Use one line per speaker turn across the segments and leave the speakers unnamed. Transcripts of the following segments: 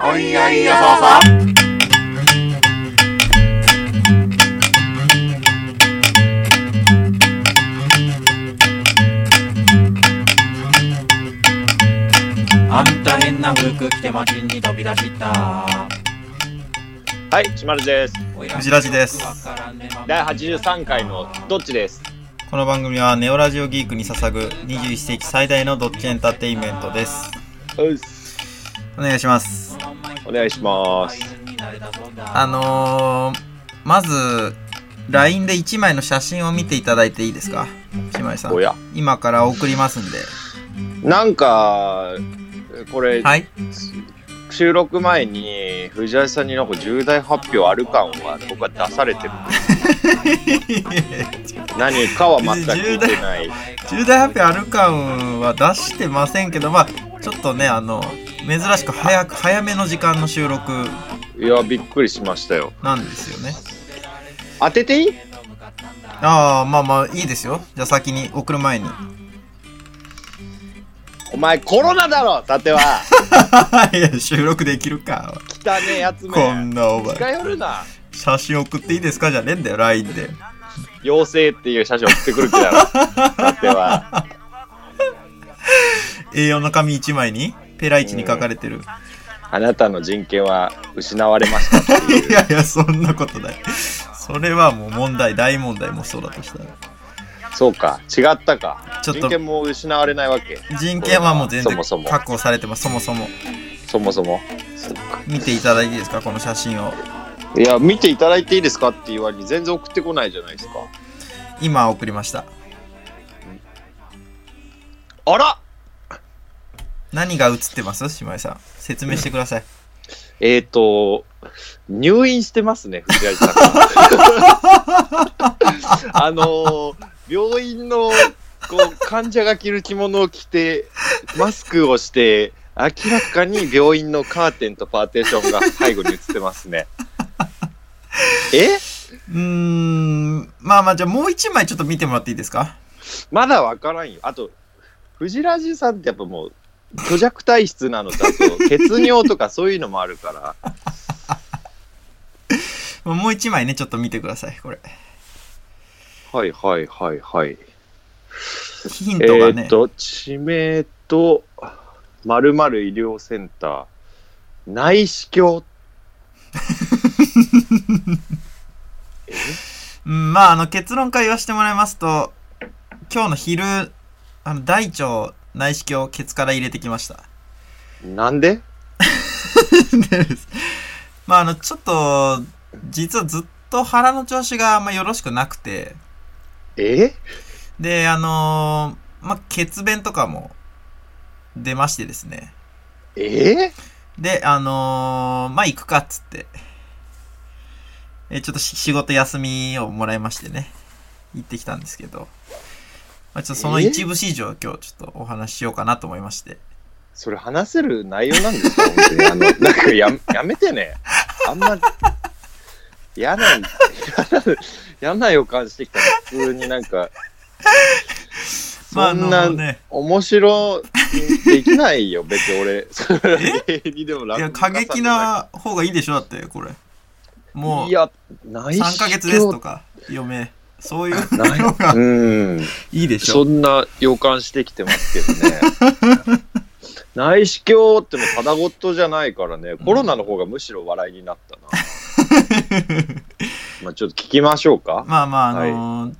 おいおいよさそあんた変な服着て街に飛び出した
はい、ちまるです。
藤ラジです
第83回のどっちです。
この番組はネオラジオギークに捧ぐ21世紀最大のドッジエンターテインメントです。お願いします。
お願いします。
あのー、まず、LINE で1枚の写真を見ていただいていいですか姉妹さん
お。や。
今から送りますんで。
なんか、これ、
はい。
収録前に藤原さんになんか重大発表ある感は僕は出されてる。 何かは全く聞いてない。
重大発表アルカンは出してませんけど、まあちょっとね、あの、珍しく早く、早めの時間の収録
いや、びっくりしましたよ。
なんですよね。
当てていい
ああ、まあまあいいですよ。じゃあ先に送る前に。
お前コロナだろさては。
いや、収録できるか。
汚ねえやつ
こ
め。
んなお前。
近寄るな。
写真送っていいですかじゃねえんだよ、LINE で。
妖精っていう写真送ってくる気だろ。さては。
A4 の紙1枚に、ペライチに書かれてる。
あなたの人権は失われましたっていう
い。やいや、そんなことない。それはもう問題、大問題もそうだとしたら。
そうか、違ったか。
ちょっと
人権も失われないわけ。
人権はもう全然
そもそも
確保されてます、そもそも。
そもそも。そっか
見ていただいていいですか、この写真を。
いや、見ていただいていいですかって言われに全然送ってこないじゃないですか。
今送りました。
あら
何が写ってます姉妹さん。説明してください。
えっ、ー、と、入院してますね、藤原さんが。あのー病院のこう患者が着る着物を着て、マスクをして、明らかに病院のカーテンとパーテーションが背後に写ってますね。え
うーん、まあまあ、じゃあもう1枚ちょっと見てもらっていいですか
まだわからんよ。あと、藤ラジさんってやっぱもう、虚弱体質なの だと、血尿とかそういうのもあるから、
もう1枚ね、ちょっと見てください、これ。
はいはいはいはい。
ヒ
え
ントがね。
ーっと、地名と、まるまる医療センター、内視鏡。え
うん、まあ、あの、結論から言わせてもらいますと、今日の昼、あの、大腸内視鏡をケツから入れてきました。
なんで
でまあ、あの、ちょっと、実はずっと腹の調子があんまよろしくなくて、
え
で、あのーまあ、血便とかも出ましてですね。
え
で、あのーまあ、行くかっつって、え、ちょっとし仕事休みをもらいましてね、行ってきたんですけど、まあ、ちょっとその
え
一部始終を今日ちょっとお話ししようかなと思いまして。
それ話せる内容なんですか本当にあの、なんかややめてね。あんま、嫌な、嫌な、嫌な予感してきた。普通になんか、そ
まあ、あ
ん
の
な、
ね、
面白い、できない よ、別に俺。それにでも
いや、
落語
過
家さん
激な方がいいでしょ、だって、これ。もう、
いや、ない
3ヶ月ですとか、嫁。そういう
ない
のが
うん。
いいでし
そ
ょ。
んな予感してきてますけどね。 内視鏡ってのただごとじゃないからね、コロナの方がむしろ笑いにな ったな。まあちょっと聞きましょうか。
まあまあ、あのー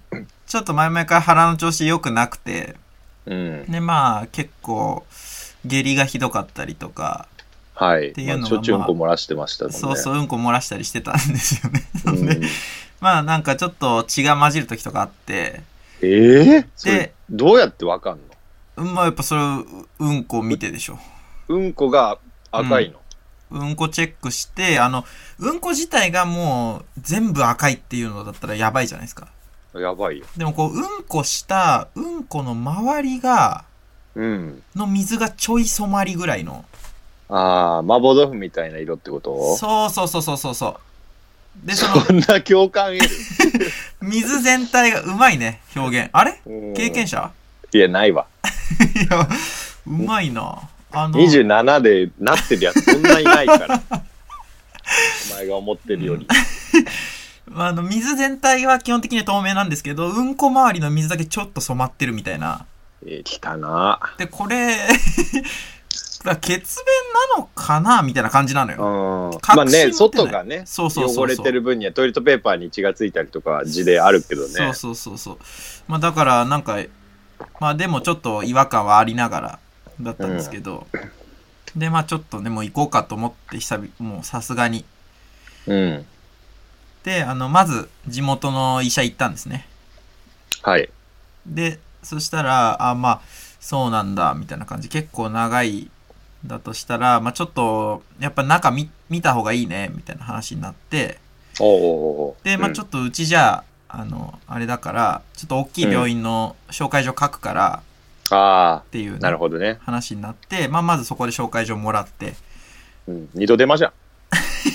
ちょっと前々から腹の調子良くなくて、
うん。
で、まあ、結構、下痢がひどかったりとか、
はい
て。い
ま
うのが
あ、しょっちゅううんこ漏らしてましたもんね。
そうそう、うんこ漏らしたりしてたんですよね。
うん。
でまあ、なんかちょっと血が混じる時とかあって、
えー、そ
で
れ、どうやってわかんの
うんまあ、やっぱそれ、ううんこ見てでしょ。
うんこが赤いの。
うんこチェックして、あの、うんこ自体がもう全部赤いっていうのだったらやばいじゃないですか。
やばいよ。
でもこう、うんこした、うんこの周りが、
うん。
の水がちょい染まりぐらいの。
ああ、麻婆豆腐みたいな色ってこと
そうそうそうそうそうそう。で、そ の、
そんな共感得る。
水全体がうまいね、表現。あれ
うん
経験者
いや、ないわ。
いや、うまいな。あの、
27でなってるやつそんないないから お前が思ってるより
あの水全体は基本的に透明なんですけど、うんこ周りの水だけちょっと染まってるみたいな。
えー来たな
で、これ、 これは血便なのかなみたいな感じなの
うん
よ。
ま
確信持
あ
ってな
ね外
い
がね
そうそうそうそう。
汚れてる分にはトイレットペーパーに血がついたりとか事例あるけどね
そうそうそうそう。まあだからなんか、まあでもちょっと違和感はありながらだったんですけど、でまあちょっとね、もう行こうかと思って久々、もうさすがに。
うん
で、あの、まず地元の医者行ったんですね。
はい
で、そしたら、あ、まあ、そうなんだ、みたいな感じ。結構長い、だとしたら、まあちょっと、やっぱ中見、見た方がいいね、みたいな話になって、
おお
で、まあちょ
っ
っとうちじゃ、あの、あれだから、ちょっと大きい病院の紹介状書くから、
とあ
っていうね、
あなるほどね、
話になって、まあ、まずそこで紹介状もらって。
うん、二度出ましょ、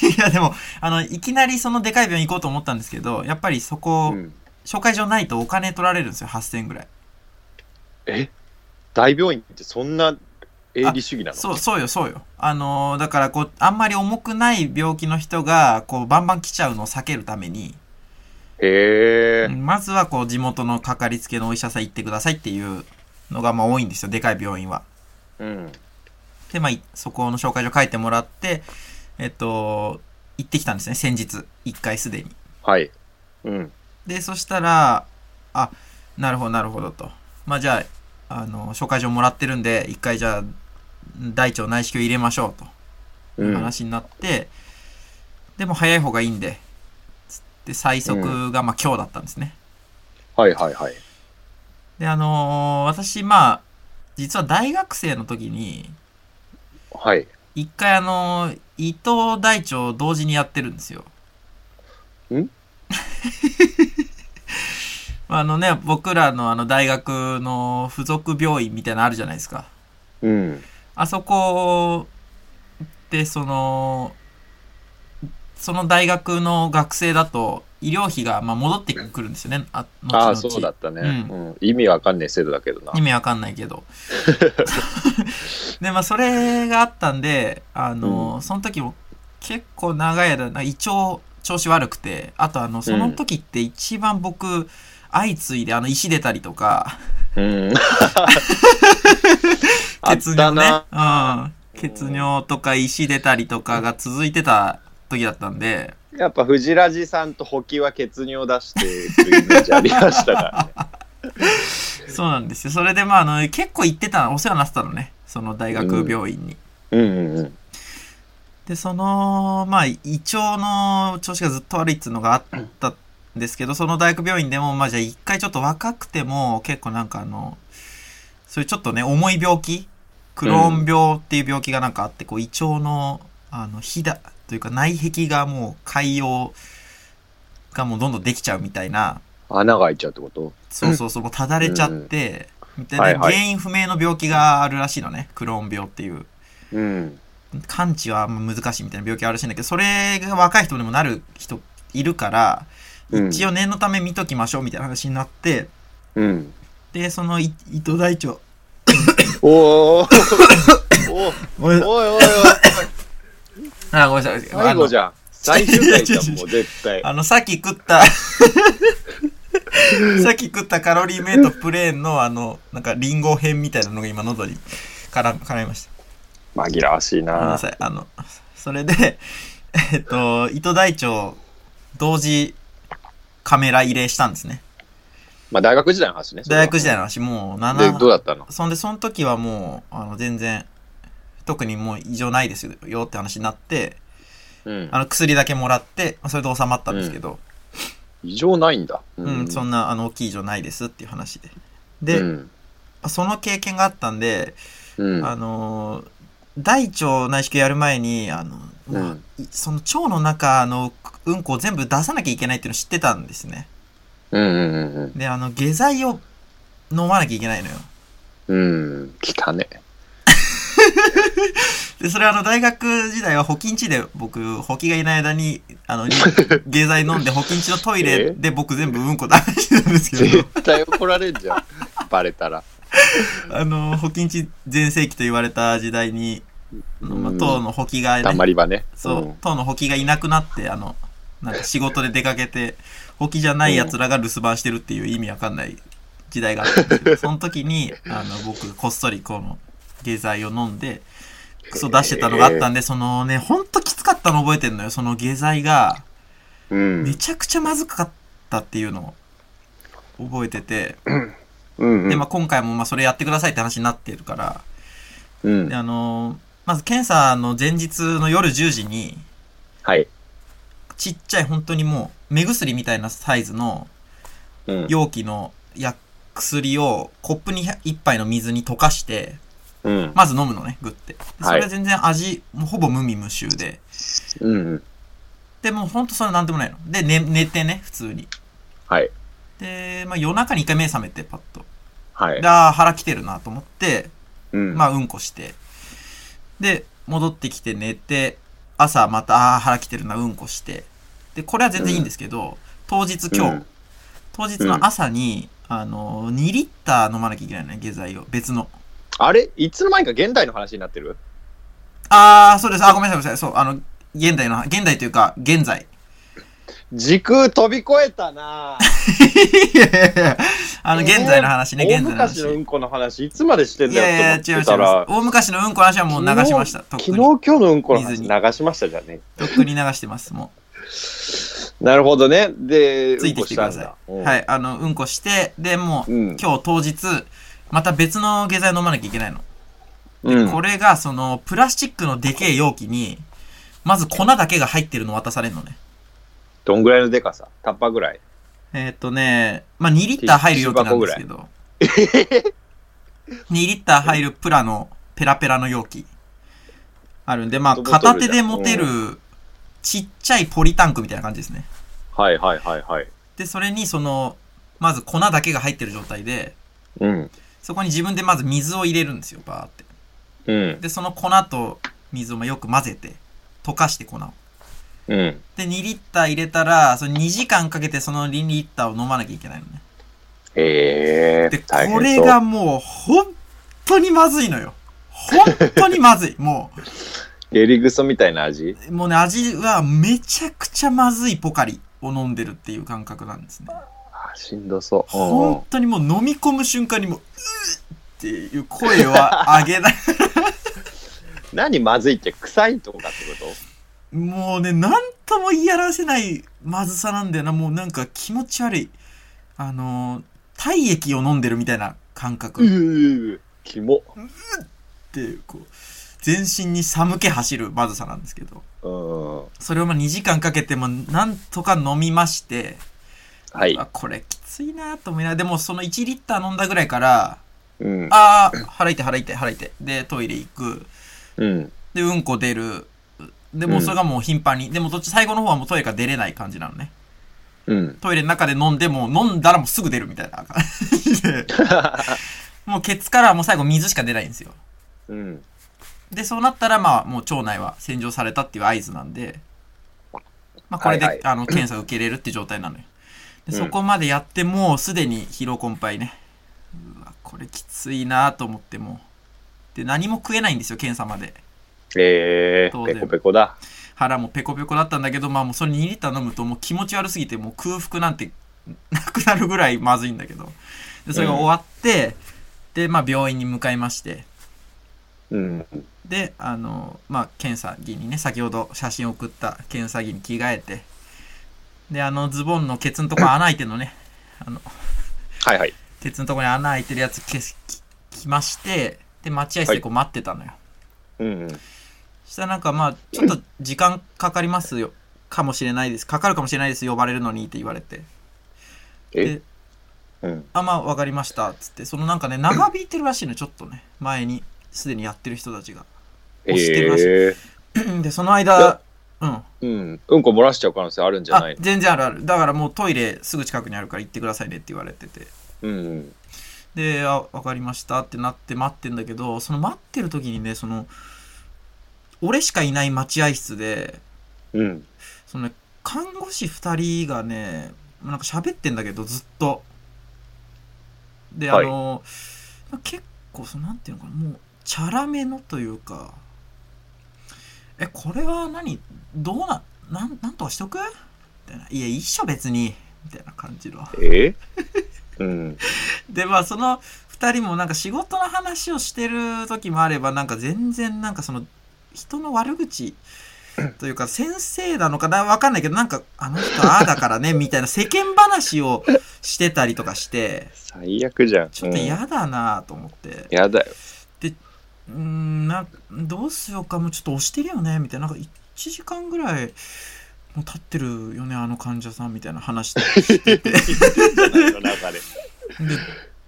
いや、でも、あの、いきなりそのでかい病院行こうと思ったんですけど、やっぱりそうこ、
うん、
紹介状ないとお金取られるんですよ、8000円ぐらい。
え大病院ってそんな営利主義なの
そう、そうよ、そうよ。あのーだから、こう、あんまり重くない病気の人が、こう、バンバン来ちゃうのを避けるために、
へえ、
うんまずは、こう、地元のかかりつけのお医者さん行ってくださいっていうのが、まあ、多いんですよ、でかい病院は。
うん、
で、まあ、いそこの紹介状書いてもらって、えっと、行ってきたんですね、先日。1回すでに。
はいうん
でそしたらあなるほどなるほどとまあじゃああの紹介状もらってるんで一回じゃあ大腸内視鏡入れましょうと
う
いうん話になって、でも早い方がいいんでつって最速がまあ今日だったんですね、
はいはいはい
であのー私まあ実は大学生の時に
はい
一回あのー胃と大腸を同時にやってるんですよ
ん
あのね僕らのあの大学の付属病院みたいなのあるじゃないですか
うん
あそこでそのその大学の学生だと医療費がまあ戻ってくるんですよねあ後々
ああそうだったね、
う
うん意味わかんねえ制度だけどな
意味わかんないけど でまあそれがあったんであの、その時も結構長い間なんか胃腸調子悪くてあとあのその時って一番僕、相次いであの石出たりとか
うんあっ
血
た
尿ね
な、
うん、血尿とか石出たりとかが続いてた時だったんで
やっぱ藤ラジさんと補給は血尿出してるイメージありましたから ね
そうなんですよそれでまああの結構行ってたお世話になってたのねその大学病院に、
うんうんうん
でそのまあ胃腸の調子がずっと悪いっていうのがあったんですけどその大学病院でもまあじゃあ一回ちょっと若くても結構なんかあのそういうちょっとね重い病気クローン病っていう病気がなんかあって、こう胃腸のあのひだというか内壁がもう潰瘍がもうどんどんできちゃうみたいな
穴が開いちゃうってこと
そうそうそうもうただれちゃって、みたいな
はいはい
原因不明の病気があるらしいのねクローン病っていう。
うん
完治は難しいみたいな病気あるらしいんだけどそれが若い人でもなる人いるから
うん
一応念のため見ときましょうみたいな話になって、
うん
でそのい伊藤大腸
おーおー
ごめんなさい
おいおいおい
あごめんなさい
最後じ
ゃ
ゃん最終回じゃんもう絶対
あのさっき食ったさっき食ったカロリーメイトプレーンのあのなんかリンゴ編みたいなのが今喉に絡絡みました
紛らわしい
ごめん
な
なさい。あの、それで、えっと、糸大腸、同時カメラ入れしたんですね。
まあ大学時代の話ね
大学時代
の
の話、もう
でどう
7、
だったの
そんで、その時はもう、あの、全然、特にもう異常ないですよって話になって、
うん
あの、薬だけもらって、まあそれで収まったんですけど、
異常ないんだ
うん、そんな、あの、大きい異常ないですっていう話で。で、
うん
その経験があったんで、
うん
あのー大腸内視鏡やる前に、あの、まあいその腸の中のうんこを全部出さなきゃいけないっていうのを知ってたんですね。
うんうんうん
で、あの、下剤を飲まなきゃいけないのよ。
うんうん来たね
で、それあの、大学時代は保菌地で僕、保菌がいない間に、あの、下剤飲んで保菌地のトイレで僕全部うんこ出してたんですけど、
絶対怒られんじゃんバレたら
あの、保金地全盛期と言われた時代に、あのまあ、
うん
党の補給が
た
ね、
まり場ね。
そう、党の補給がいなくなって、あの、なんか仕事で出かけて、補給じゃない奴らが留守番してるっていう意味わかんない時代があったん ですけど、その時に、あの、僕、こっそりこの、下剤を飲んで、クソ出してたのがあったんで、そのね、ほんときつかったの覚えてんのよ、その下剤が。
うん。
めちゃくちゃまずかったっていうのを覚えてて、
うん。
で、まあ、今回もまあそれやってくださいって話になってるから、
うん
で。あのーまず検査の前日の夜10時に、
はい。
ちっちゃい本当にもう目薬みたいなサイズの
うん。
容器の薬薬をコップに1杯の水に溶かして、
うん。
まず飲むのね、グって。でそ
はい
れは全然味、もうほぼ無味無臭で。
うん。
で、もうほんとそれはなんでもないの。で、寝寝てね、普通に。
はい。
で、まあ夜中に一回目覚めて、パッと。
はい
で、。あー腹来てるなと思って、
うん。
まあ、うんこして。で、戻ってきて寝て、朝また、ああ、腹来てるな、うんこして。で、これは全然いいんですけど、当日今日、
うん
当日の朝に、あの、2リッター飲まなきゃいけないのね、下剤を。別の。
あれいつの間にか現代の話になってる
ああ、そうです。あ、ごめんなさい、ごめんなさい。そう、あの、現代の、現代というか、現在。
時空飛び越えたなぁ。
いやいやいやあの、現在の話ね、
大
現在の
昔
話。
のうんこの話、いつまでしてん
い
だ
やいや、
よ
違
と
う違
思っ
う
てたら。
大昔のうんこの話はもう流しました。とっ
昨
く
日、
に。
今日のうんこの話
水に
流しましたじゃんね。
とっくに流してます、もう。
なるほどね。で、
ついてきてください
うんこしたんだ。
はい、あの、うんこして、で、もう、
うん
今日当日、また別の下剤飲まなきゃいけないの。
うん。
これが、その、プラスチックのでけえ容器に、まず粉だけが入ってるの渡されるのね。
どんぐらいのでかさタッパーぐらい。
えーっ、とね、まあ、2リッター入る容器なんですけど。2リッター入るプラのペラペラの容器。あるんで、まあ、
ペットボト
片
ル
手
じゃん
で持てる、ちっちゃいポリタンクみたいな感じですね。
はいはいはいはい。
で、それに、その、まず粉だけが入ってる状態で、
うん。
そこに自分でまず水を入れるんですよ、バーって。
うん。
で、その粉と水をまあよく混ぜて、溶かして粉を。
うん。
で、2リッター入れたら、その2時間かけてその2リッターを飲まなきゃいけないのね。
ええ
で、
ー、大変
これ
そう
がもう、本当にまずいのよ。本当にまずい。も
ゲリグソみたいな味
う、もうね、味はめちゃくちゃまずいポカリを飲んでるっていう感覚なんですね。
あしんどそう。うん
本当にもう飲み込む瞬間にもう、うーっていう声を上げない。
何まずいって臭いとかってこ
もうね、なんとも言い表せないまずさなんだよな。もうなんか気持ち悪い。あのー、体液を飲んでるみたいな感
と
覚
う
っ
ー、キモ。
ていう、こう、全身に寒気走るまずさなんですけど。
うん。
それをまあ2時間かけてもなんとか飲みまして、
はい。
あ、これきついなと思いながら、でもその1リッター飲んだぐらいから、
うん。
あー、腹痛い腹痛い腹痛い。で、トイレ行く。
うん。
で、うんこ出る。でもうそれがもう頻繁に。でもどっち最後の方はもうトイレから出れない感じなのね。
うん。
トイレの中で飲んでもう飲んだらもうすぐ出るみたいな感 じでもうケツからはもう最後水しか出ないんですよ
うん。
でそうなったらまあもう腸内は洗浄されたっていう合図なんで、まあ、これで、
はいはい
あの検査受けれるって状態な のよで
うん
そこまでやってもうすでに疲労困憊ねうわこれきついなと思ってもうで何も食えないんですよ検査まで
ええ
当
ー、
然
ペコペコだ。
腹もペコペコだったんだけどまあもうそれ2リッター飲むともう気持ち悪すぎてもう空腹なんて なくなるぐらいまずいんだけどでそれが終わって、でまあ病院に向かいまして
うん。
であのまあ検査着にね先ほど写真を送った検査着に着替えてであのズボンのケツのとこ穴開いてんのねあの
はいはい。
ケツのとこに穴開いてるやつけき着ましてで待合室でこう待ってたのよ、
うん。
したらなんかまあちょっと時間かかりますよかもしれないですかかるかもしれないです呼ばれるのにって言われて
え
で
うん。
あまあ分かりましたっつってそのなん かね長引いてるらしいのちょっとね前にすでにやってる人たちが
え
押してるらしい
えー。
でその間うん
うん。うんこ漏らしちゃう可能性あるんじゃ
あ
ないの
全然あるあるだからもうトイレすぐ近くにあるから行ってくださいねって言われてて
うん。
であ分かりましたってなって待ってんだけどその待ってる時にねその俺しかいない待合室で
うん。
そのね、看護師2人がね、なんか喋ってんだけど、ずっと。で、あの、結構そのなんていうのかなもうチャラめのというかえこれは何どうななんなんとかしとくみたいないやいいっしょ別にみたいな感じの
えうん。
でまあその2人もなんか仕事の話をしてる時もあればなんか全然なんかその人の悪口というか先生なのかなわかんないけどなんかあの人ああだからねみたいな世間話をしてたりとかして
最悪じゃん。
ちょっと嫌だなと思って
うん、や だよ。
うーんなどうしようかもうちょっと押してるよねみたいななんか1時間ぐらいもう経ってるよねあの患者さんみたいな話して
その中で。
で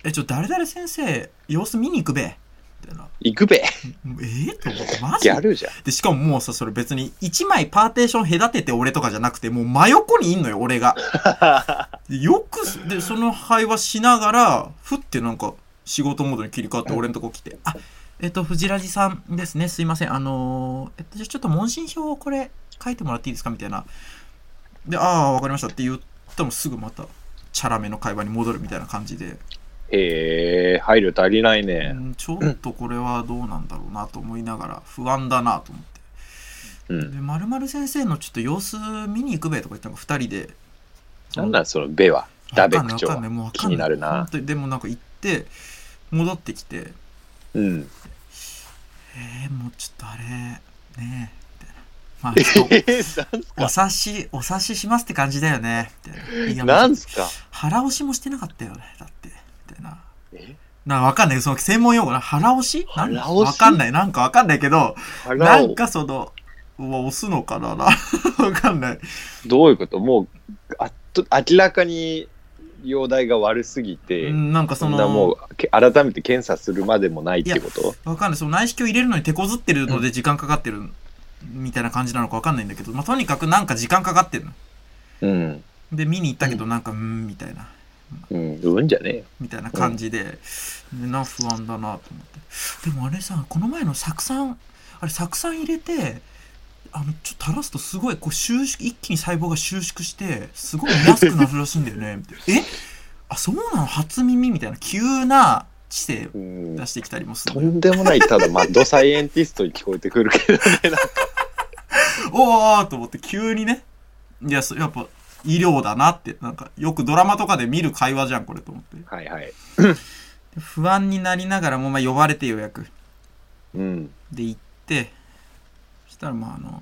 えちょ誰々先生様子見に行くべみたいな
行くべ
うんえー、と思ってマジ
ギャルじゃん。
でしかももうさそれ別に1枚パーテーション隔てて俺とかじゃなくてもう真横にいんのよ 俺がでよくすでその会話しながらふってなんか仕事モードに切り替わって俺のとこ来て「あえっと藤ラジさんですねすいませんあのーえっとじゃあちょっと問診票をこれ書いてもらっていいですか?」みたいなで「ああわかりました」って言ってもすぐまたチャラめの会話に戻るみたいな感じで
へえ、配慮足りないね
う。んちょっとこれはどうなんだろうなと思いながら不安だなと思って。
うん。
で、まるまる先生のちょっと様子見に行くべとか言ったのが二人で。
なんだそのべは。ダベ口調
わか
は
んない。もうわ
気
かん
になる
本
な。
当にでもなんか行って、戻ってきて、
うん。
えー、もうちょっとあれ、ねえ、みたいな。まあ、ちょっとお察し、お察ししますって感じだよね、みたいな。いやも う
なんすか
腹押しもしてなかったよね、だって、みたいな。
え
なんかわかんない。その専門用語な。腹押しなん
腹押し
わかんない。なんかわかんないけど、な
腹
ん
を
かその、うわ、押すのかななわかんない。
どういうこともうあっと明らかに容体が悪すぎて、
うんなんか
そ
そ
ん
の、
なもうけ改めて検査するまでもないってこと
わかんない。その内視鏡入れるのに手こずってるので時間かかってるみたいな感じなのかわかんないんだけど、まあ、とにかくなんか時間かかってるの。
うん。
で、見に行ったけどなんか、うーん、みたいな、
うん。うんじゃねえよ。
みたいな感じで、でな、不安だなと思って。でもあれさ、この前の酢酸、あれ酢酸入れて、あの、ちょっと垂らすとすごい、こう収縮、一気に細胞が収縮して、すごい見やすくなるらしいんだよ ね、みたいな。えあ、そうなの初耳みたいな、急な知性
うん
出してきたりもする
と。んでもない、ただマッドサイエンティストに聞こえてくるけどね。なんか
おーと思って急にね。いや、そやっぱ医療だなって、なんかよくドラマとかで見る会話じゃん、これと思って。
はいはい。
不安になりながらも、まあ呼ばれてようやく。
うん。
で、行って、そしたらまああの、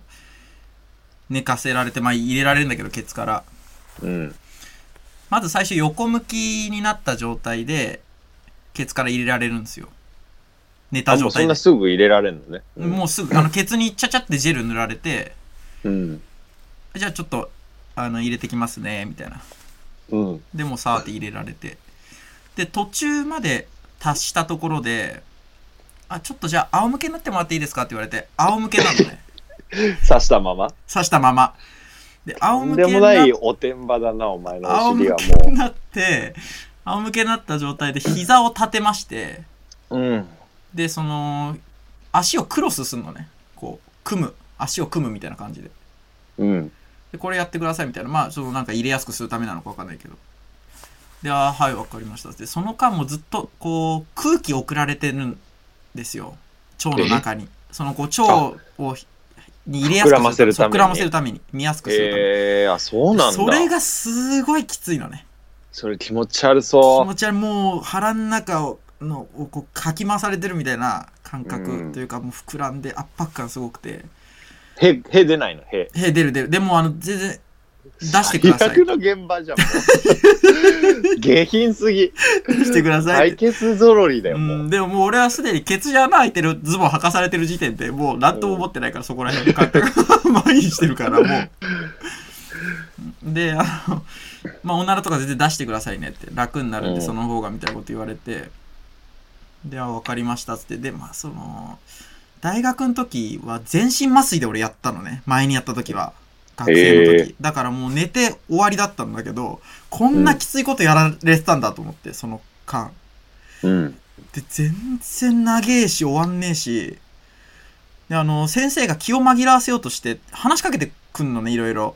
寝かせられて、まあ入れられるんだけど、ケツから。
うん。
まず最初横向きになった状態で、ケツから入れられるんですよ。寝
あ、
た
もう
状
そん
態で
な。すぐ入れられるのね。
もうすぐ、あの、ケツにちゃちゃってジェル塗られて、
うん。
じゃあちょっと、あの、入れてきますね、みたいな。
うん。
でもうさーって入れられて。で、途中まで達したところで、あ、ちょっとじゃあ仰向けになってもらっていいですかって言われて、仰向けなのね。
刺したまま。
刺したまま。で、
と
仰
ん
向
で
け
も
に
な
ない
おてんばだな、お前のお
仰
尻
向
は
けになって、仰向けになった状態で膝を立てまして、
もう。うん。
で、その、足をクロスするのね。こう、組む。足を組むみたいな感じで。
うん。
で、これやってくださいみたいな。まあ、そのなんか入れやすくするためなのかわかんないけど。で、あーはい、わかりました。で、その間もずっと、こう、空気送られてるんですよ。腸の中に。その、こう、腸をひ、に入れやす
膨
く
らませるために
そう膨らませるために。見やすくするために。
えー、あ、そうなんだ。
それがすごいきついのね。
それ気持ち悪
気
そ
持ち悪い。もう、腹の中を、のをこうかき回されてるみたいな感
うん
覚というか、もう膨らんで圧迫感すごくて
う。へ、へ出ないの、へ。
「へ出る出る」でもあの全然出してください
最悪の現場じゃん。もう下品すぎ。
「出してください」って
対決ぞろりだよ、
う
もう。
ん、でももう俺はすでにケツじゃ穴開いてるズボン履かされてる時点でもう何とも思ってないからそこら辺の感覚が 麻痺してるからもうであのまあおならとか全然出してくださいねって楽になるんで
うん
その方がみたいなこと言われてでは分かりましたっつってでまあその大学の時は全身麻酔で俺やったのね前にやった時は学生の時だからもう寝て終わりだったんだけどこんなきついことやられてたんだと思ってその間
うん。
で全然長えし終わんねえしであの先生が気を紛らわせようとして話しかけてくんのねいろいろ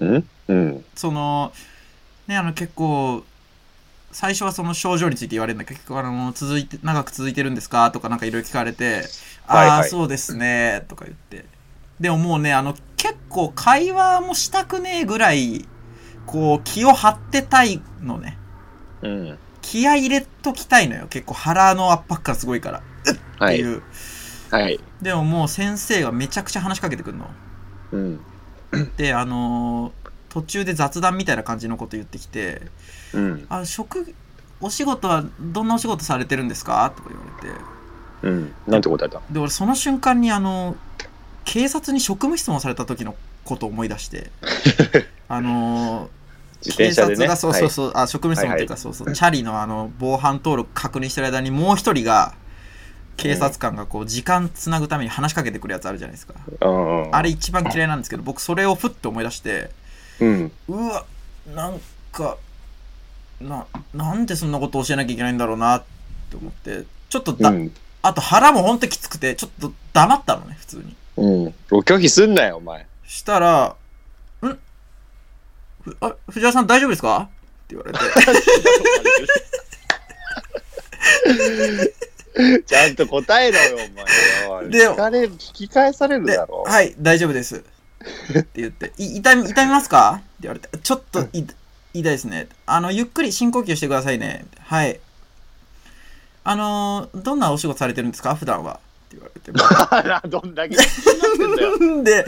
うんうん。
そのねあの結構最初はその症状について言われるんだけど、結構あの、続いて、長く続いてるんですかとかなんかいろいろ聞かれて、
はい
ああ、
はい
そうですね、とか言って。でももうね、あの、結構会話もしたくねえぐらい、こう、気を張ってたいのね。
うん。
気合い入れときたいのよ。結構腹の圧迫感すごいから。っ
は
てい
い。
う。
はい。
でももう先生がめちゃくちゃ話しかけてくるの。
うん。
で、あのー途中で雑談みたいな感じのこと言ってきて、
うん。
あ職お仕事はどんなお仕事されてるんですかとか言われて
うん。なんて答えた
で俺その瞬間にあの警察に職務質問された時のことを思い出してあの
自転車で
警察
ね。
がそうそうそう、あ職務質問っていうか、そうそうチャリのあの防犯登録確認してる間にもう一人が警察官がこう時間つなぐために話しかけてくるやつあるじゃないですか、
はいうんうん。
あれ一番嫌いなんですけど僕それをふっと思い出して
うん。
うわなんかななんでそんなこと教えなきゃいけないんだろうなって思ってちょっと
う
だ、
ん。
あと腹もほんときつくてちょっと黙ったのね普通に
うん。お拒否すんなよ、お前。
したら「んふあ藤原さん大丈夫ですか?」って言われて
ちゃんと答えろよ、お前。
で
聞かれ、聞き返される
で
だろ
「はい大丈夫です」って言って「い痛み痛みますか?」って言われて「ちょっとい痛いですね」あの「ゆっくり深呼吸してくださいね」はいあのーどんなお仕事されてるんですか普段は」って言われて
あら、どんだけ気になってんだよ。
で、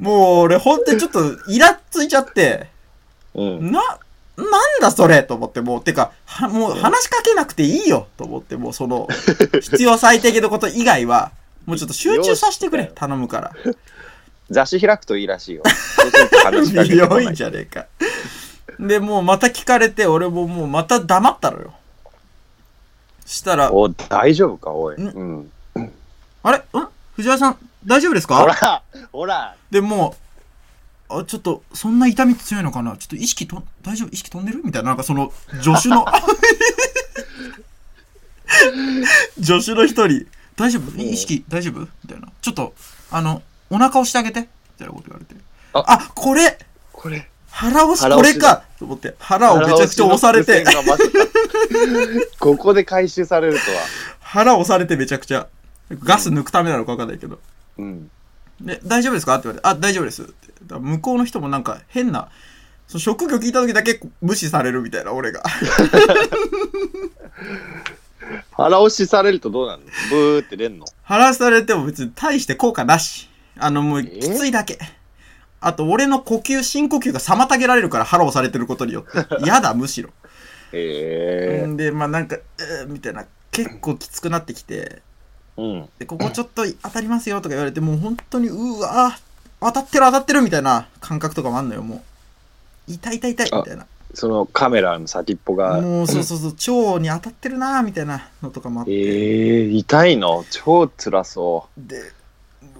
もう俺本当にちょっとイラついちゃって、
うん。
な、なんだそれと思って、もう、てか、はもう話しかけなくていいよと思って、もうその、必要最低限のこと以外は、もうちょっと集中させてくれ、頼むから。
雑誌開くといいらしいよ。そうすると話しかけてこ
強
ない
いんじゃねえか。で、もうまた聞かれて、俺ももうまた黙ったのよ。したら、
お、大丈夫か、おい。うん。
あれん藤原さん、大丈夫ですか
ほら、ほら、
でもうあちょっとそんな痛み強いのかなちょっと意識と大丈夫意識飛んでるみたいななんかその助 手の助手の一人大丈夫
ん
意識大丈夫みたいなちょっとあのお腹押してあげてみたいなこと言われてあ
あ
これ
これ。
腹押し
腹
こ
押
れ
し
かと思って腹をめちゃくちゃ押されて
腹押しの伏線がまさかここで回収されるとは。
腹押されてめちゃくちゃガス抜くためなのか分かんないけど
うん。
で、大丈夫ですかって言われて、あ、大丈夫ですって。だから向こうの人もなんか変な、その職業聞いた時だけ無視されるみたいな、俺が。
腹押しされるとどうなるのブーって出んの
話されても別に大して効果なし。あの、もう
え
きついだけ。あと、俺の呼吸、深呼吸が妨げられるから腹をされてることによって。やだ、むしろ。
へえ。
んで、まあなんか、うーみたいな、結構きつくなってきて、
うん。
で、ここちょっと当たりますよとか言われて、もう本当に、うわー当たってる当たってるみたいな感覚とかもあんのよ、もう。痛い痛い痛いみたいな。
そのカメラの先っぽが。
もうそうそうそう、腸に当たってるなーみたいなのとかもあっ
え
て、
え痛いの超辛そ
で、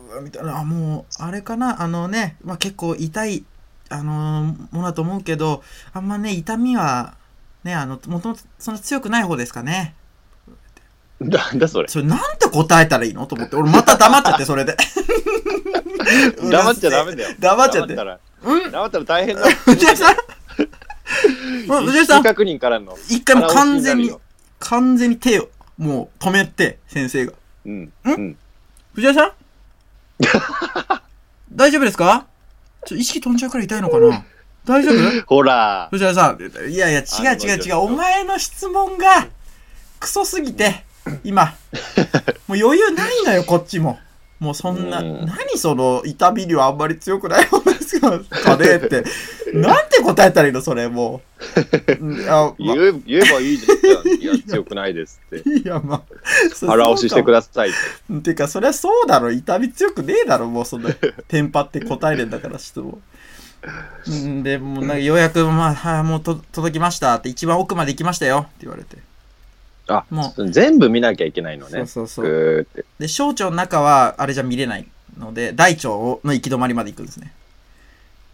うわみたいな、あもう、あれかな、あのね、まあ、結構痛い、あのーものだと思うけど、あんまね、痛みは、ね、あの、もともとそんな強くない方ですかね。
う。 なんだそれ。
それ、なんて答えたらいいのと思って、俺また黙っちゃって、それで。
黙っちゃダメだよ。
黙っちゃっ
黙
て
ったら、
うん
黙ったら大変だ。
藤井さんうん藤井さ
意
ん
識確認からの。
一回もう完全に
腹、
完全に手を、もう止めて、先生が。
押しになるよ。
ん
うん。うん。
藤原さ ん大丈夫ですかちょ意識飛んじゃうくらい痛いのかな大丈夫
ほら。
藤原さん。いやいや、違う違う違う。お前の質問が、クソすぎて、今。もう余裕ないのよ、こっちも。もうそんな、
うん
何その、痛み量あんまり強くない方ですかね って。なんて答えたらいいの、それ、もう。う んあま
言え言えばいいじゃん。いや、強くないですって。
いや、まあ。
腹押ししてく
だ
ださいって。
てか、そりゃそうだろ。痛み強くねえだろ。もうそん な、テンパって答えれんだから、質問。うんで、もうなんかようやく、まあ、はい、もうと届きましたって、一番奥まで行きましたよって言われて。
あ、
も
全部見なきゃいけないの
そ
ね
う。そうそう。
ぐーって。
で、小腸の中は、あれじゃ見れないので、大腸の行き止まりまで行くんですね。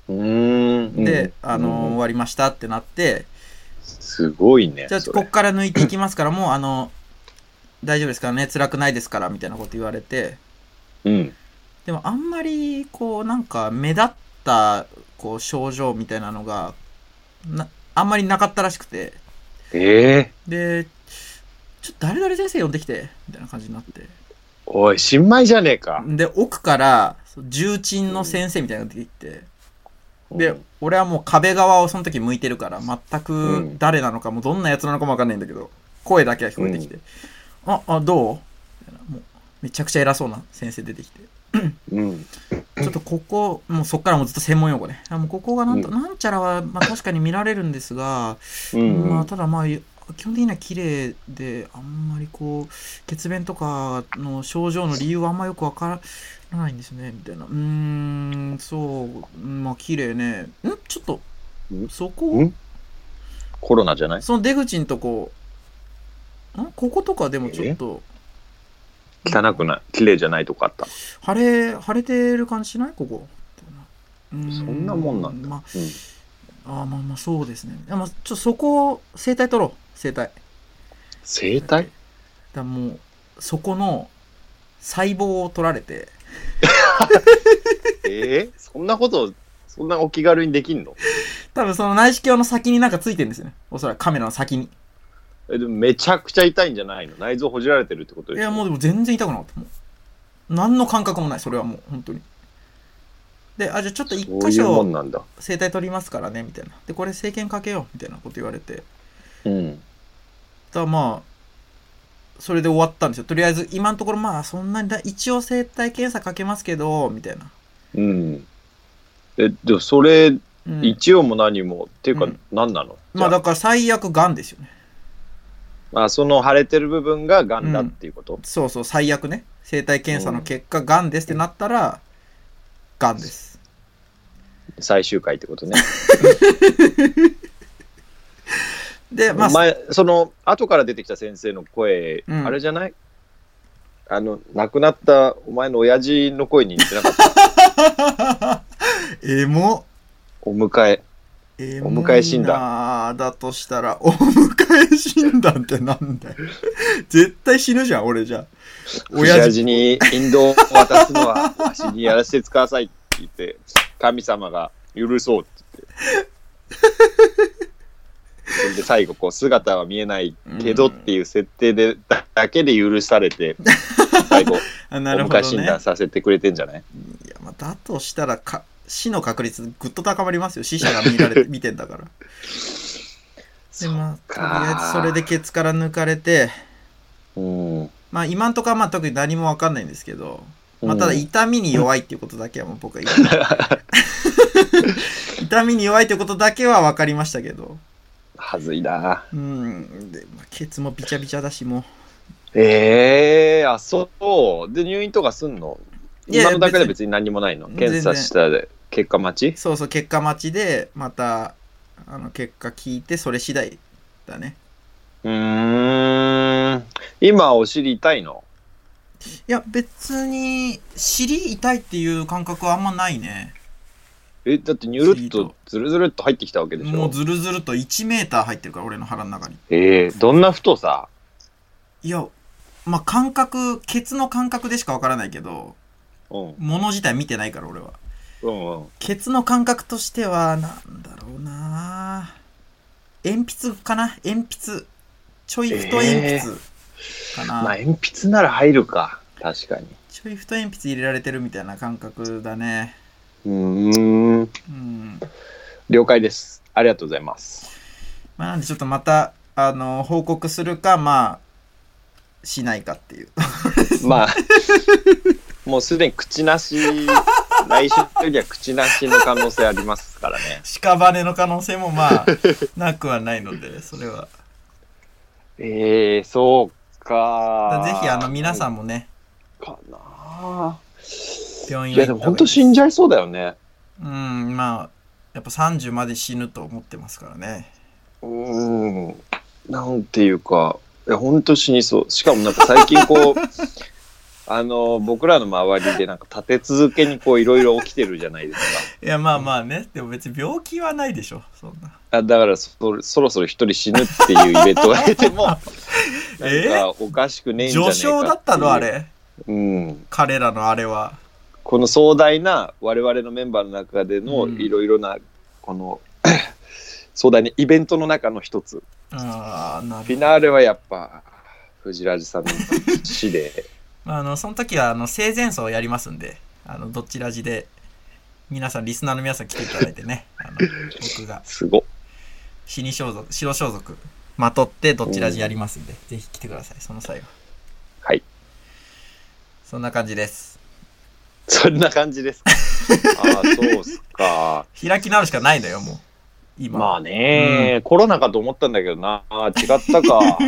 うーん。
で、
うん
あのー終わりましたってなって、
すごいね。
じゃあ、
そ
こ
れ
っから抜いていきますから、もう、あの、大丈夫ですからね、辛くないですから、みたいなこと言われて、
うん。
でもあんまりこうなんか目立ったこう症状みたいなのがなあんまりなかったらしくて
ええ
で、ちょっと誰々先生呼んできて、みたいな感じになって。
おい、新米じゃねえか。
で、奥から、その重鎮の先生みたいなのが出てきて、で、俺はもう壁側をその時向いてるから、全く誰なのか、もうどんなやつなのかもわかんないんだけど、声だけは聞こえてきて、あ、あ、どうみたいなもうめちゃくちゃ偉そうな先生出てきて。
うん。
ちょっとここ、もうそっからもうずっと専門用語ね。あもうここがなんと、なんちゃらは、まあ確かに見られるんですが、
うん、うん
まあただまあ、基本的には綺麗で、あんまりこう、血便とかの症状の理由はあんまよくわからないんですね、みたいな。うーん、そう、まあ綺麗ね。んちょっと
ん、
そこ
ん、コロナじゃない
その出口のとこ、んこことかでもちょっと、
汚くない綺麗じゃないとこあった。
腫れ、腫れてる感じしないここ。みたいなうー
そんなもんなんだ
まあ
うん。
ああまあまあそうですね。いやまあちょっとそこを生態取ろう生態。
生体
だからもうそこの細胞を取られて
ええそんなこと、そんなお気軽にできんの
多分その内視鏡の先になんかついてるんですよね。おそらくカメラの先に。
えでもめちゃくちゃ痛いんじゃないの内臓ほじられてるってこと
い
でしょ
やもうでも全然痛くなかった。もう何の感覚もないそれはもう本当に。であじゃあちょっと一
そう
箇
いうもん
所
なんだ。
生体取りますからねみたいな。でこれ生検かけようみたいなこと言われて。
うん。
ただまあそれで終わったんですよ。とりあえず今のところまあそんなにだ一応生体検査かけますけどみたいな。
うん。え、でもそれ、
うん
一応も何も、っていうか
うん
何なの、
まあだから最悪がんですよね。
まあ、その腫れてる部分が癌だっていうこと、
そうそう、最悪ね。生体検査の結果、がんですってなったら、がんです。
最終回ってことね。
で、 まあ、
前、その、後から出てきた先生の声、
うん
あれじゃないあの、亡くなったお前の親父の声に似てなかった。
エモ。
お迎え。
エ
お迎え診断
断。だとしたら、お迎え診断ってなんだよ。絶対死ぬじゃん、俺じゃ。親
親
父。
父にインドを渡すのは、わしにやらせてくださいって言って、神様が許そうって 言って。それで最後、こう、姿は見えないけどっていう設定で、だだけで許されて、 最後、
あ
お
なるほ
迎え
ど
診
ね。い
断
や、
させてくれてんじゃない
まあ、だとしたらか、死の確率ぐっと高まりますよ。死者が見 られて、見てんだから。で、まあ、とりあえずそれでケツから抜かれて、
うん。
まあ今んとこはまあ特に何もわかんないんですけど、まあ、ただ
うん
痛みに弱いっていうことだけはもう僕は言う 痛みに弱いということだけは分かりましたけど
はずいな。
うんで、まあ、ケツもびちゃびちゃだしも
ええあ、そう。で、入院とかすんの
いやいや
今のだけで別に何もないの
別に
検査したで、結果待
う
ち
そうそう結果待ちでまたあの結果聞いてそれ次第だね
うーん。今、お尻痛いの
いや別に尻痛いっていう感覚はあんまないね
え、だってニュルっと、ズルズルっと入ってきたわけでし
も
ょ
うズルズルと1メーター入ってるから俺の腹の中に
ええどんな太さ
いやまあ感覚ケツの感覚でしかわからないけど
うん。
物自体見てないから俺は
うんうん。
ケツの感覚としては、なんだろうな鉛筆かな鉛筆。ちょい太鉛筆かな、
まあ、鉛筆なら入るか。確かに。
ちょい太鉛筆入れられてるみたいな感覚だね。
うーん。
うん。
了解です。ありがとうござい ます。
まあ、なんでちょっとまた、あの、報告するか、まあ、しないかっていう。
まあ、もうすでに口な し、来週よりは口なしの可能性ありますからね。
屍の可能性もま あ、なくはないので、それは。
ええそうか
だぜひ、あの、皆さ
ん。
んもね、
かなあ
病
い
院
や、
へ
で
行っ
も
た
本
方がい
当
い
死んじゃいそうだよね。
うん、まあ、やっぱ30まで死ぬと思ってますからね。
うーん。なんていうか、いや、本当死にそう。しかもなんか最近こう、 あの、僕らの周りでなんか立て続けにこういろいろ起きてるじゃないです
いやまあまあねでも別に病気はないでしょそんな
か。あだからそ、そろそろ一人死ぬっていうイベントが出て も、なんかおかしくねえんじゃねえか
序
っていう
章だったのあ。れ
うん。
彼らのあれは
この壮大な我々のメンバーの中での
うん
いろいろなこの壮大なイベントの中の一つ
ああ、な
フ
る
ィナーレはやっぱ、藤ラジさんの死 で、
あの、その時は、あの、生前葬をやりますんで、あの、どっちラジで、皆さん、リスナーの皆さん来ていただいてね、あの、僕が
すごっ。
死に装束、白装束、まとって、どっちラジやりますんで、ぜひ来てください、その際は。
はい。
そんな感じです。
そんな感じ ですか。ああ、そうっすか。
開き直るしかないのよ、もう。今。
まあね、コロナかと思ったんだけどな、違った か。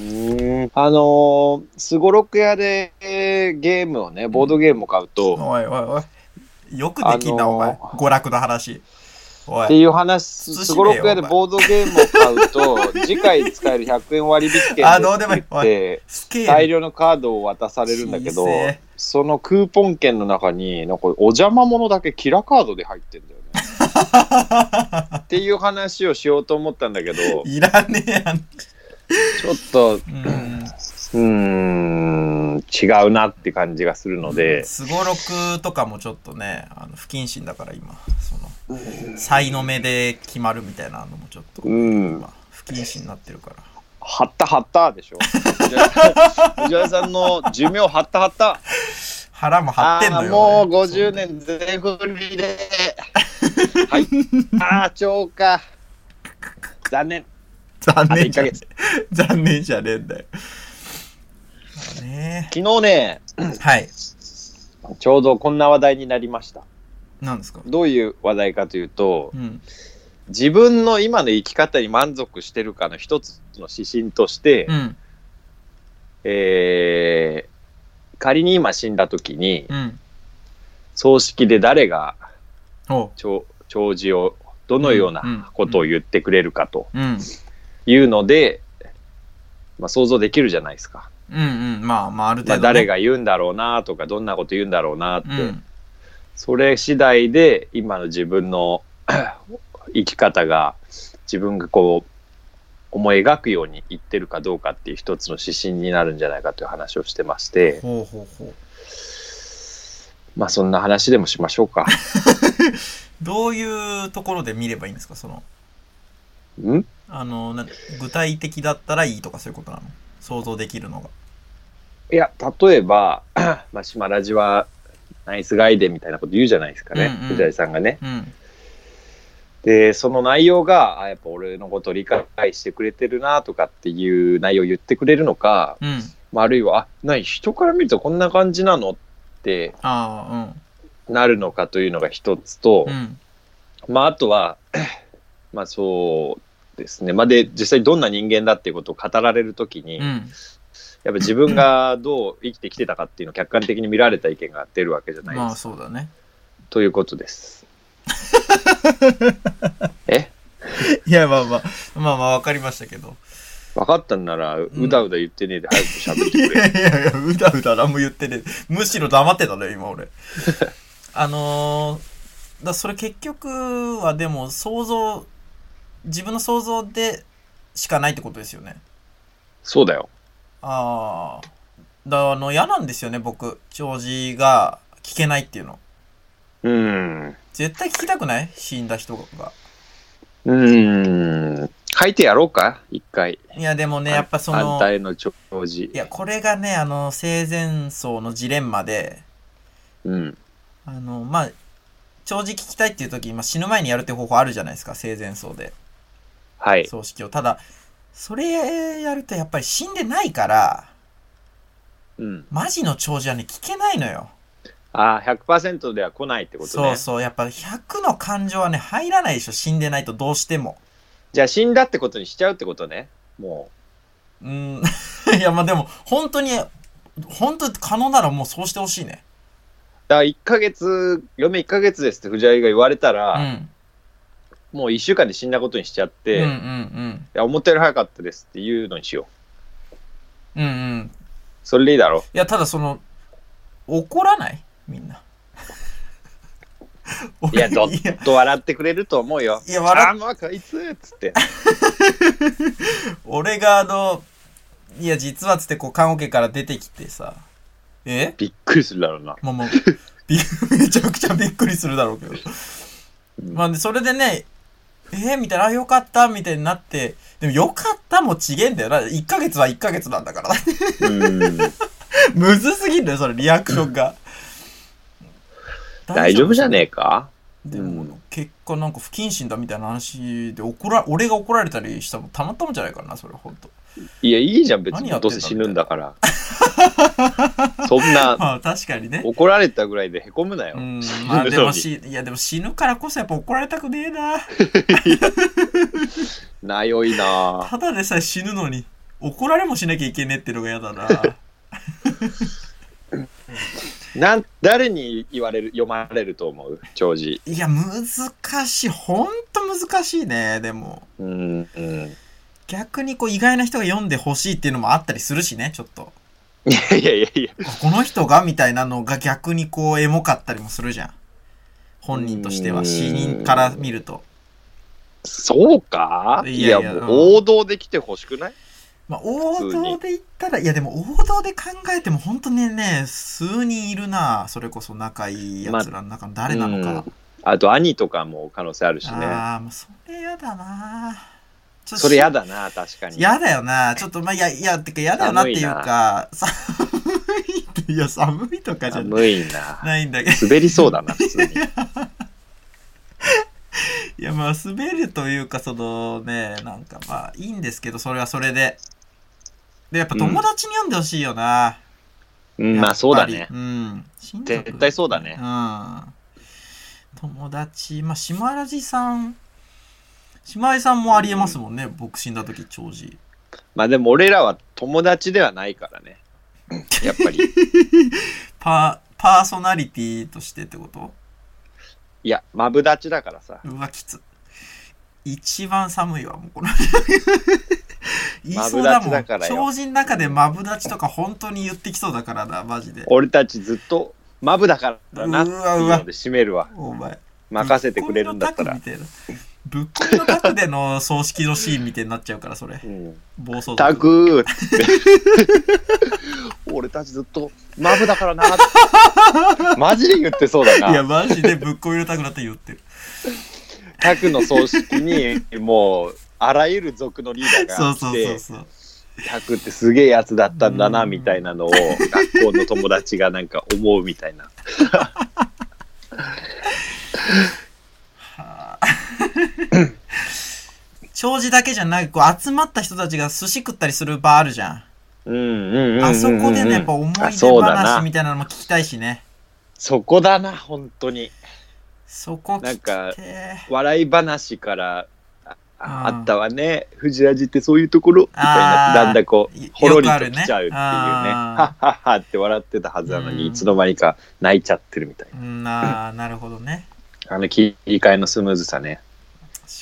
うんあのすごろく屋でえーゲームをね、ボードゲームを買うと、
おいおいおい。よくできんな、
あのー
お前。娯楽の話。お
って
い。
いう話、
慎めよ
すごろく屋でボードゲームを買うと、次回使える100円割引券です
あどうでもいい
って言って
スケー
大
ル。
量のカードを渡されるんだけど
小、せえ
そのクーポン券の中に、なんかお邪魔者だけキラカードで入ってんだよね。 っていう話をしようと思ったんだけど、ちょ
いらねえやん。
っと、う
うん。
ーん、違うなって感じがするので、
すごろくとかもちょっとね、あの不謹慎だから今、その、才の目で決まるみたいなのもちょっと、
うん、
今不謹慎になってるから。
はったはったでしょ。藤原藤原さんの寿命はったはった。
腹も張ってんのよ。
ああ、もう
俺
50。年全振りで。はい。ああ、超か。残念。
残
あと
念
1
じ
ヶ
ゃね
月。
え。残念じゃねえんだよ。まあね
昨日ね、
はい。
ちょうどこんな話題になりました。
なんですか
どういう話題かというと
う、ん。
自分の今の生き方に満足してるかの一つの指針として、
うん。
えー仮に今死んだ時に、
うん。
葬式で誰が
おう。
弔弔辞を、どのようなことを言ってくれるかと
うん。
いうので、まあ、想像できるじゃないですか。
うんうん。まあまあ、ある程
ま
度、
あ、
ね。
誰が言うんだろうなとかどんなこと言うんだろうなって、
うん。
それ次第で今の自分の 生き方が自分がこう思い描くようにいってるかどうかっていう一つの指針になるんじゃないかという話をしてまして
ほうほうほう。
まあそんな話でもしましょう か。
どういうところで見ればいいんですかその、
ん
あの、なん具体的だったらいいとかそういうことなの想像できるのが。
いや例えば 「まあ、島ラジはナイスガイで」みたいなこと言うじゃないですかね、
うんうん
藤谷さんがね。
うん。
でその内容があやっぱ俺のこと理解してくれてるなとかっていう内容を言ってくれるのか
うん。
まあ、あるいは、あ、何、人から見るとこんな感じなのって
あ
なるのかというのが一つと
あ、う、ん。うん。
まあ、あとは、 まあ、そうですね。まあ、で、実際どんな人間だっていうことを語られるときに、
う
やっ
ん。
ぱ自分がどう生きてきてたかっていうのを客観的に見られた意見が出るわけじゃないです
ま
か。
あそうだね。
ということです。え
いや、まあまあ、まあまあわかりましたけど。
分かったんなら、うだうだ言ってねえで早く喋っ
い
て
やい
く れ。
やいや、うだうだ何も言ってねえ。むしろ黙ってたね、今俺。 あのー、だそれ結局はでも想像、自分の想像でしかないってことですよね。
そうだよ。
ああ。だあの、嫌なんですよね、僕。弔辞が聞けないっていうの。
うん。
絶対聞きたくない死んだ人が。
うん。書いてやろうか一回。
いや、でもね、やっぱそ
反
の、
対の弔辞
い。や、これがね、あの、生前葬のジレンマで、
うん。
あの、まあ、弔辞聞きたいっていう時、まあ、死ぬ前にやるって方法あるじゃないですか、生前葬で。
はい。
葬式を。ただ、それやるとやっぱり死んでないから、
うん。
マジの弔辞はね、聞けないのよ。
ああ、100%では来ないってこと
そ
ね
う。そう、やっぱ100の感情はね、入らないでしょ、死んでないとどうしても。
じゃあ死んだってことにしちゃうってことね。も
うーん。 いや、まあでも、本当に、本当に可能ならもうそうしてほしいね。
う。だから1ヶ月、嫁1ヶ月ですって藤井が言われた
うん。
ら、もう1週間で死んだことにしちゃっ
うん
て、
うん
いや、思ったより早かったですっていうのにしよう。
うん。うんうん。
それでいいだろ
いや、ただその、怒らないみん な。
う。いや、どっ
いや
と笑ってくれると思うよ。
いや
あ
笑
あ、まあ、こいつっつって。
俺があの、いや、実はつってこう、棺桶から出てきてさ、え
びっくりするだろうな。
まあ まあ、びめちゃくちゃびっくりするだろうけど。
うん
まあ、でそれでね、えー、みたいな、あ、よかった、みたいになって、でもよかったもちげえんだよな。1ヶ月は1ヶ月なんだから。
うん。
むずすぎるんだよ、そのリアクションが。
大丈夫じゃねえか
で
う
も
ん、
結果なんか不謹慎だみたいな話で、怒ら、俺が怒られたりしたのたまったもんじゃないからな、それほんと。
いや、いいじゃん、別
何
に。
やって
ど
ん
う
だ
せ死ぬんだから。そんな、
まあ確かにね。
怒られたぐらいでへこむなよ。
うん
死、ぬ
まあで
の
も
に
し、いやでも死ぬからこそやっぱ怒られたくねえな。
なよいな
ただでさえ死ぬのに、怒られもしなきゃいけねえってのが嫌だな。
なん誰に言われる、読まれると思う長寿。
いや、難しい。ほんと難しいね、でも。
うん、うん。
逆にこう意外な人が読んでほしいっていうのもあったりするしね、ちょっ と。
いやいやいやいや。
あこの人がみたいなのが逆にこうエモかったりもするじゃん。本人として
う
は、
ん
死人から見ると。
そうか
い
いや
やい
も
や
う王道で来てほしくない
まあ、王道で言ったら、いやでも王道で考えても本当にね、数人いるな。それこそ仲いい奴らの中の誰なのか。
うんあと、兄とかも可能性あるしね。
ああ、もうそれやだな。ちょっと
それやだな、確かに。
やだよな。ちょっと、まあ、いや、いや、てか、やだよなっていうか、寒いって、いや、寒いとかじゃ
寒いな。
ないんだけど、
滑りそうだな、普通に。
いや、まあ、滑るというか、そのね、なんかまあ、いいんですけど、それはそれで。で、やっぱ友達に読んでほしいよな。
うん、
やっぱり
まあそうだね。
うん。親族
絶対そうだね
う。ん。友達、まあ、島ラジさん、島井さんもありえますもんね、ボクシングだ時、長寿。
まあでも俺らは友達ではないからね。やっぱり。
パー、パーソナリティとしてってこと
いや、マブダチだからさ。
うわ、きつ。一番寒いわ、もうこの。 言いそう
マ
だも
ブダチだ
ん。
からよ
超人の中でマブダチとか本当に言ってきそうだからな、マジで。
俺たちずっとマブだからなっていう
うわうわ
ので締めるわ。
お前。
任せてくれるんだったら。
ぶっこみのタクみたいな。ぶっこみのタクでの葬式のシーンみたいになっちゃうから、それ
う。ん、
暴走族
タクーっ つって。俺たちずっとマブだからなって。マジで言ってそうだ
いや、
な。
マジでぶっこみのタクだって言ってる。
タクの葬式にもうあらゆる族のリーダー
そ
が
うそ
来て、
うそうそう。
タクってすげえやつだったんだな
うん
みたいなのを学校の友達がなんか思うみたいな。
はあ長寿だけじゃなく、こう集まった人たちが寿司食ったりする場あるじゃん。
うんうんうんうんうん
あそこでね、やっぱ思い
あ
出
そうだな
話みたいなのも聞きたいしね。
そこだな、本当に。
そこ聞き
なん
てえ。
笑い話からあ
あ
あ
ー
ったわね、藤ラジってそういうところみたいな、
あー
だんだんこ、
いう
ほろり
よくあ
と
るね
来ちゃうっていうね、
あー
はっはっはって笑ってたはずなのに、
うん
いつの間にか泣いちゃってるみたい
うん、なあ、なるほどね。
な、あの切り替えのスムーズさね。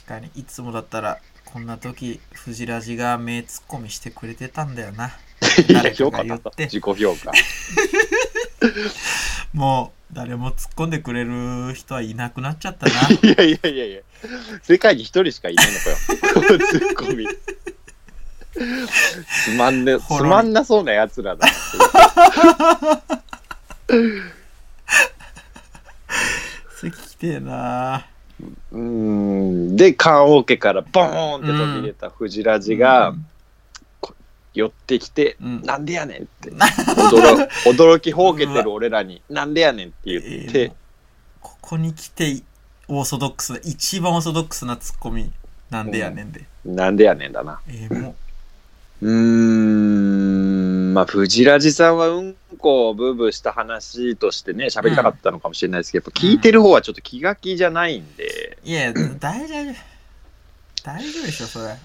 確かに、いつもだったら、こんな時、藤ラジが名ツッコミしてくれてたんだよな。
いや、
誰か
評
が
価
言
だ
っ
った
て、
自己評価。
もう、誰も突っ込んでくれる人はいなくなっち ゃったな。
いやいやいやいや、世界に一人しかいないのかよ、このツッ コミ。つまんね、つ
ほろり
まんなそうなやつらだな。
それ聞きてえな。
うーん、で、棺桶からボーンって飛び出た藤ラジが、
うん
寄ってきて、
うん
なんでやねんって驚驚きほうけてる俺らになんでやねんって言っ
えー
て
もうここに来て、オーソドックスな、一番オーソドックスなツッコミ、なんでやねんで。
なんでやねんだな
えーもう
うーんまあ藤ラジさんはうんこをブーブーした話としてね喋りたかったのかもしれないですけど、やっぱ聞いてる方はちょっと気が気じゃないんで、
いや、大丈夫。大丈夫でしょ、それ。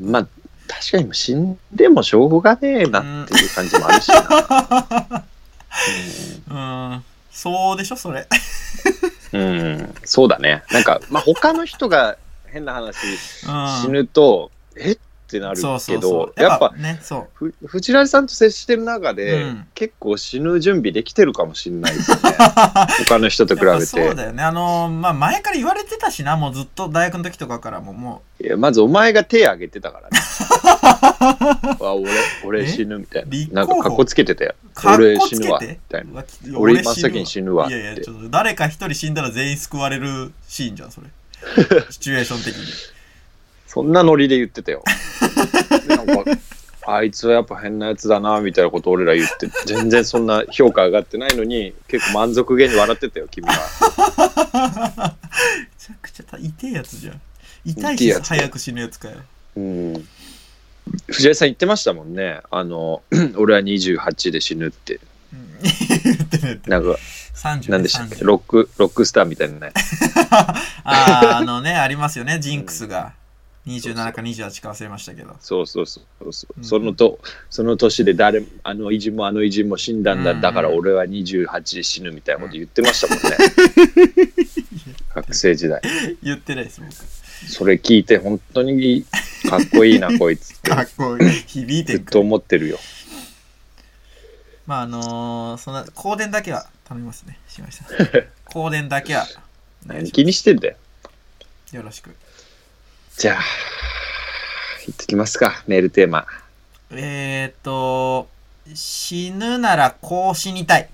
まあ確かにもう死んでもしょうがねえなっていう感じもあるしな、 うん
うん。そうでしょ、それ。
うん、そうだね。なんか、まあ、他の人が変な話、
うん
死ぬと、えってなる
そうそ
け
うそ
ど、
う。
やっぱ、
ね、そう。
ふ藤原さんと接してる中で、
うん
結構死ぬ準備できてるかもしれないですね。 他の人と比
やっぱ
べ
そう
て
だよね。あのー、まあ、前から言われてたしな、もうずっと大学の時とかからも、も
いや。まずお前が手挙げてたからね。 あ俺、
え
俺死ぬみたい
立候
な。なん
補
か、かっこつけてたよ。
う、かっ
俺
こつ
死
け
ぬわ。み
て。
たいな。
うわき
俺真っ先に死ぬわっ
い
て。
や いや、ちょっと誰か一人死んだら全員救われるシーンじゃん、それ。シチュエーション的に。
そんなノリで言ってたよ。でなんかあいつはやっぱ変なやつだなみたいなこと俺ら言って全然そんな評価上がってないのに結構満足げに笑ってたよ君は。
めちゃくちゃた痛いやつじゃん痛い
痛い
し
やつ
早く死ぬやつかよ
うん藤井さん言ってましたもんねあの 俺は28で死ぬって
うん 言ってる言ってる
なんか
30
何でしたっけ
30
ロックロックスターみたいなね
あああのねありますよねジンクスが27か28か忘れましたけど
そうそうそうそう、
うん
そのとその年で誰もあの偉人もあの偉人も死んだんだ、
うん
だから俺は28で死ぬみたいなこと言ってましたもんね、 学生時代
言ってないです僕
それ聞いて本当にかっこいい なこいつって
かっこ いい響いて
ずっ
る
と思ってるよ
まああのーそんな香典だけは頼みますねし ました香典だけはお願い
何
し
気にしてんだよ
ますよろしく
じゃあ行ってきますかメールテーマ
えーっと死ぬならこう死にたい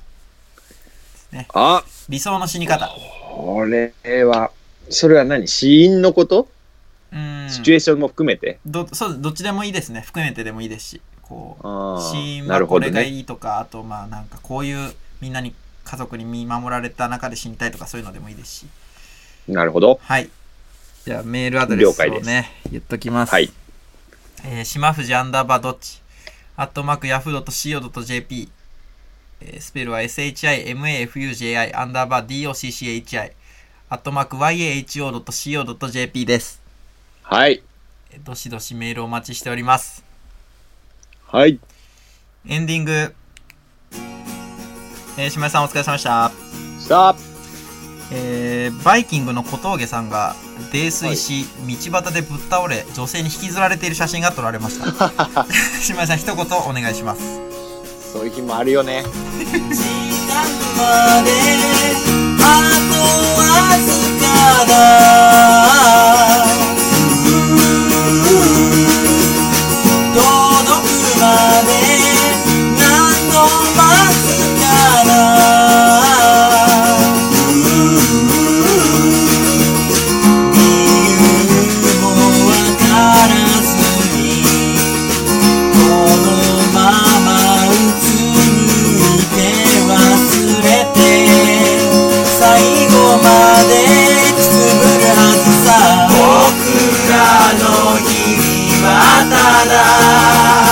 あ
理想の死に方
これは、それは何死因のこと、
うーん
シチュエーションも含めて。
どそうどっちでもいいですね含めてでもいいですしこう
あ
シー
ー
ン
な
は
る
こ
ほ
れ
ど
が
ね。
いいとか、あとまあなんかこういうみんなに家族に見守られた中で死にたいとかそういうのでもいいですし。
なるほど。
はい。じゃあメールアドレ
了
ス
解
を
で
ね、言っときます。
はい。
えー、島藤アンダーバーどっち、アットマークヤフー .co.jp、えースペルは shimafuji アンダーバー docchi、アットマーク yaho.co.jp です。
はい。
えーどしどしメールお待ちしております。
はい。
エンディング。えー、島井さんお疲れ様でした。
さあ、
えーバイキングの小峠さんが泥酔し、道端でぶっ倒れ女性に引きずられている写真が撮られました島井さん一言お願いします
そういう日もあるよね。
時間まであとわずかだうー届くまで何度待つかなうー理由もわからずにこのままうつむいて忘れて最後までくすぶるはずさ僕らの日々はただ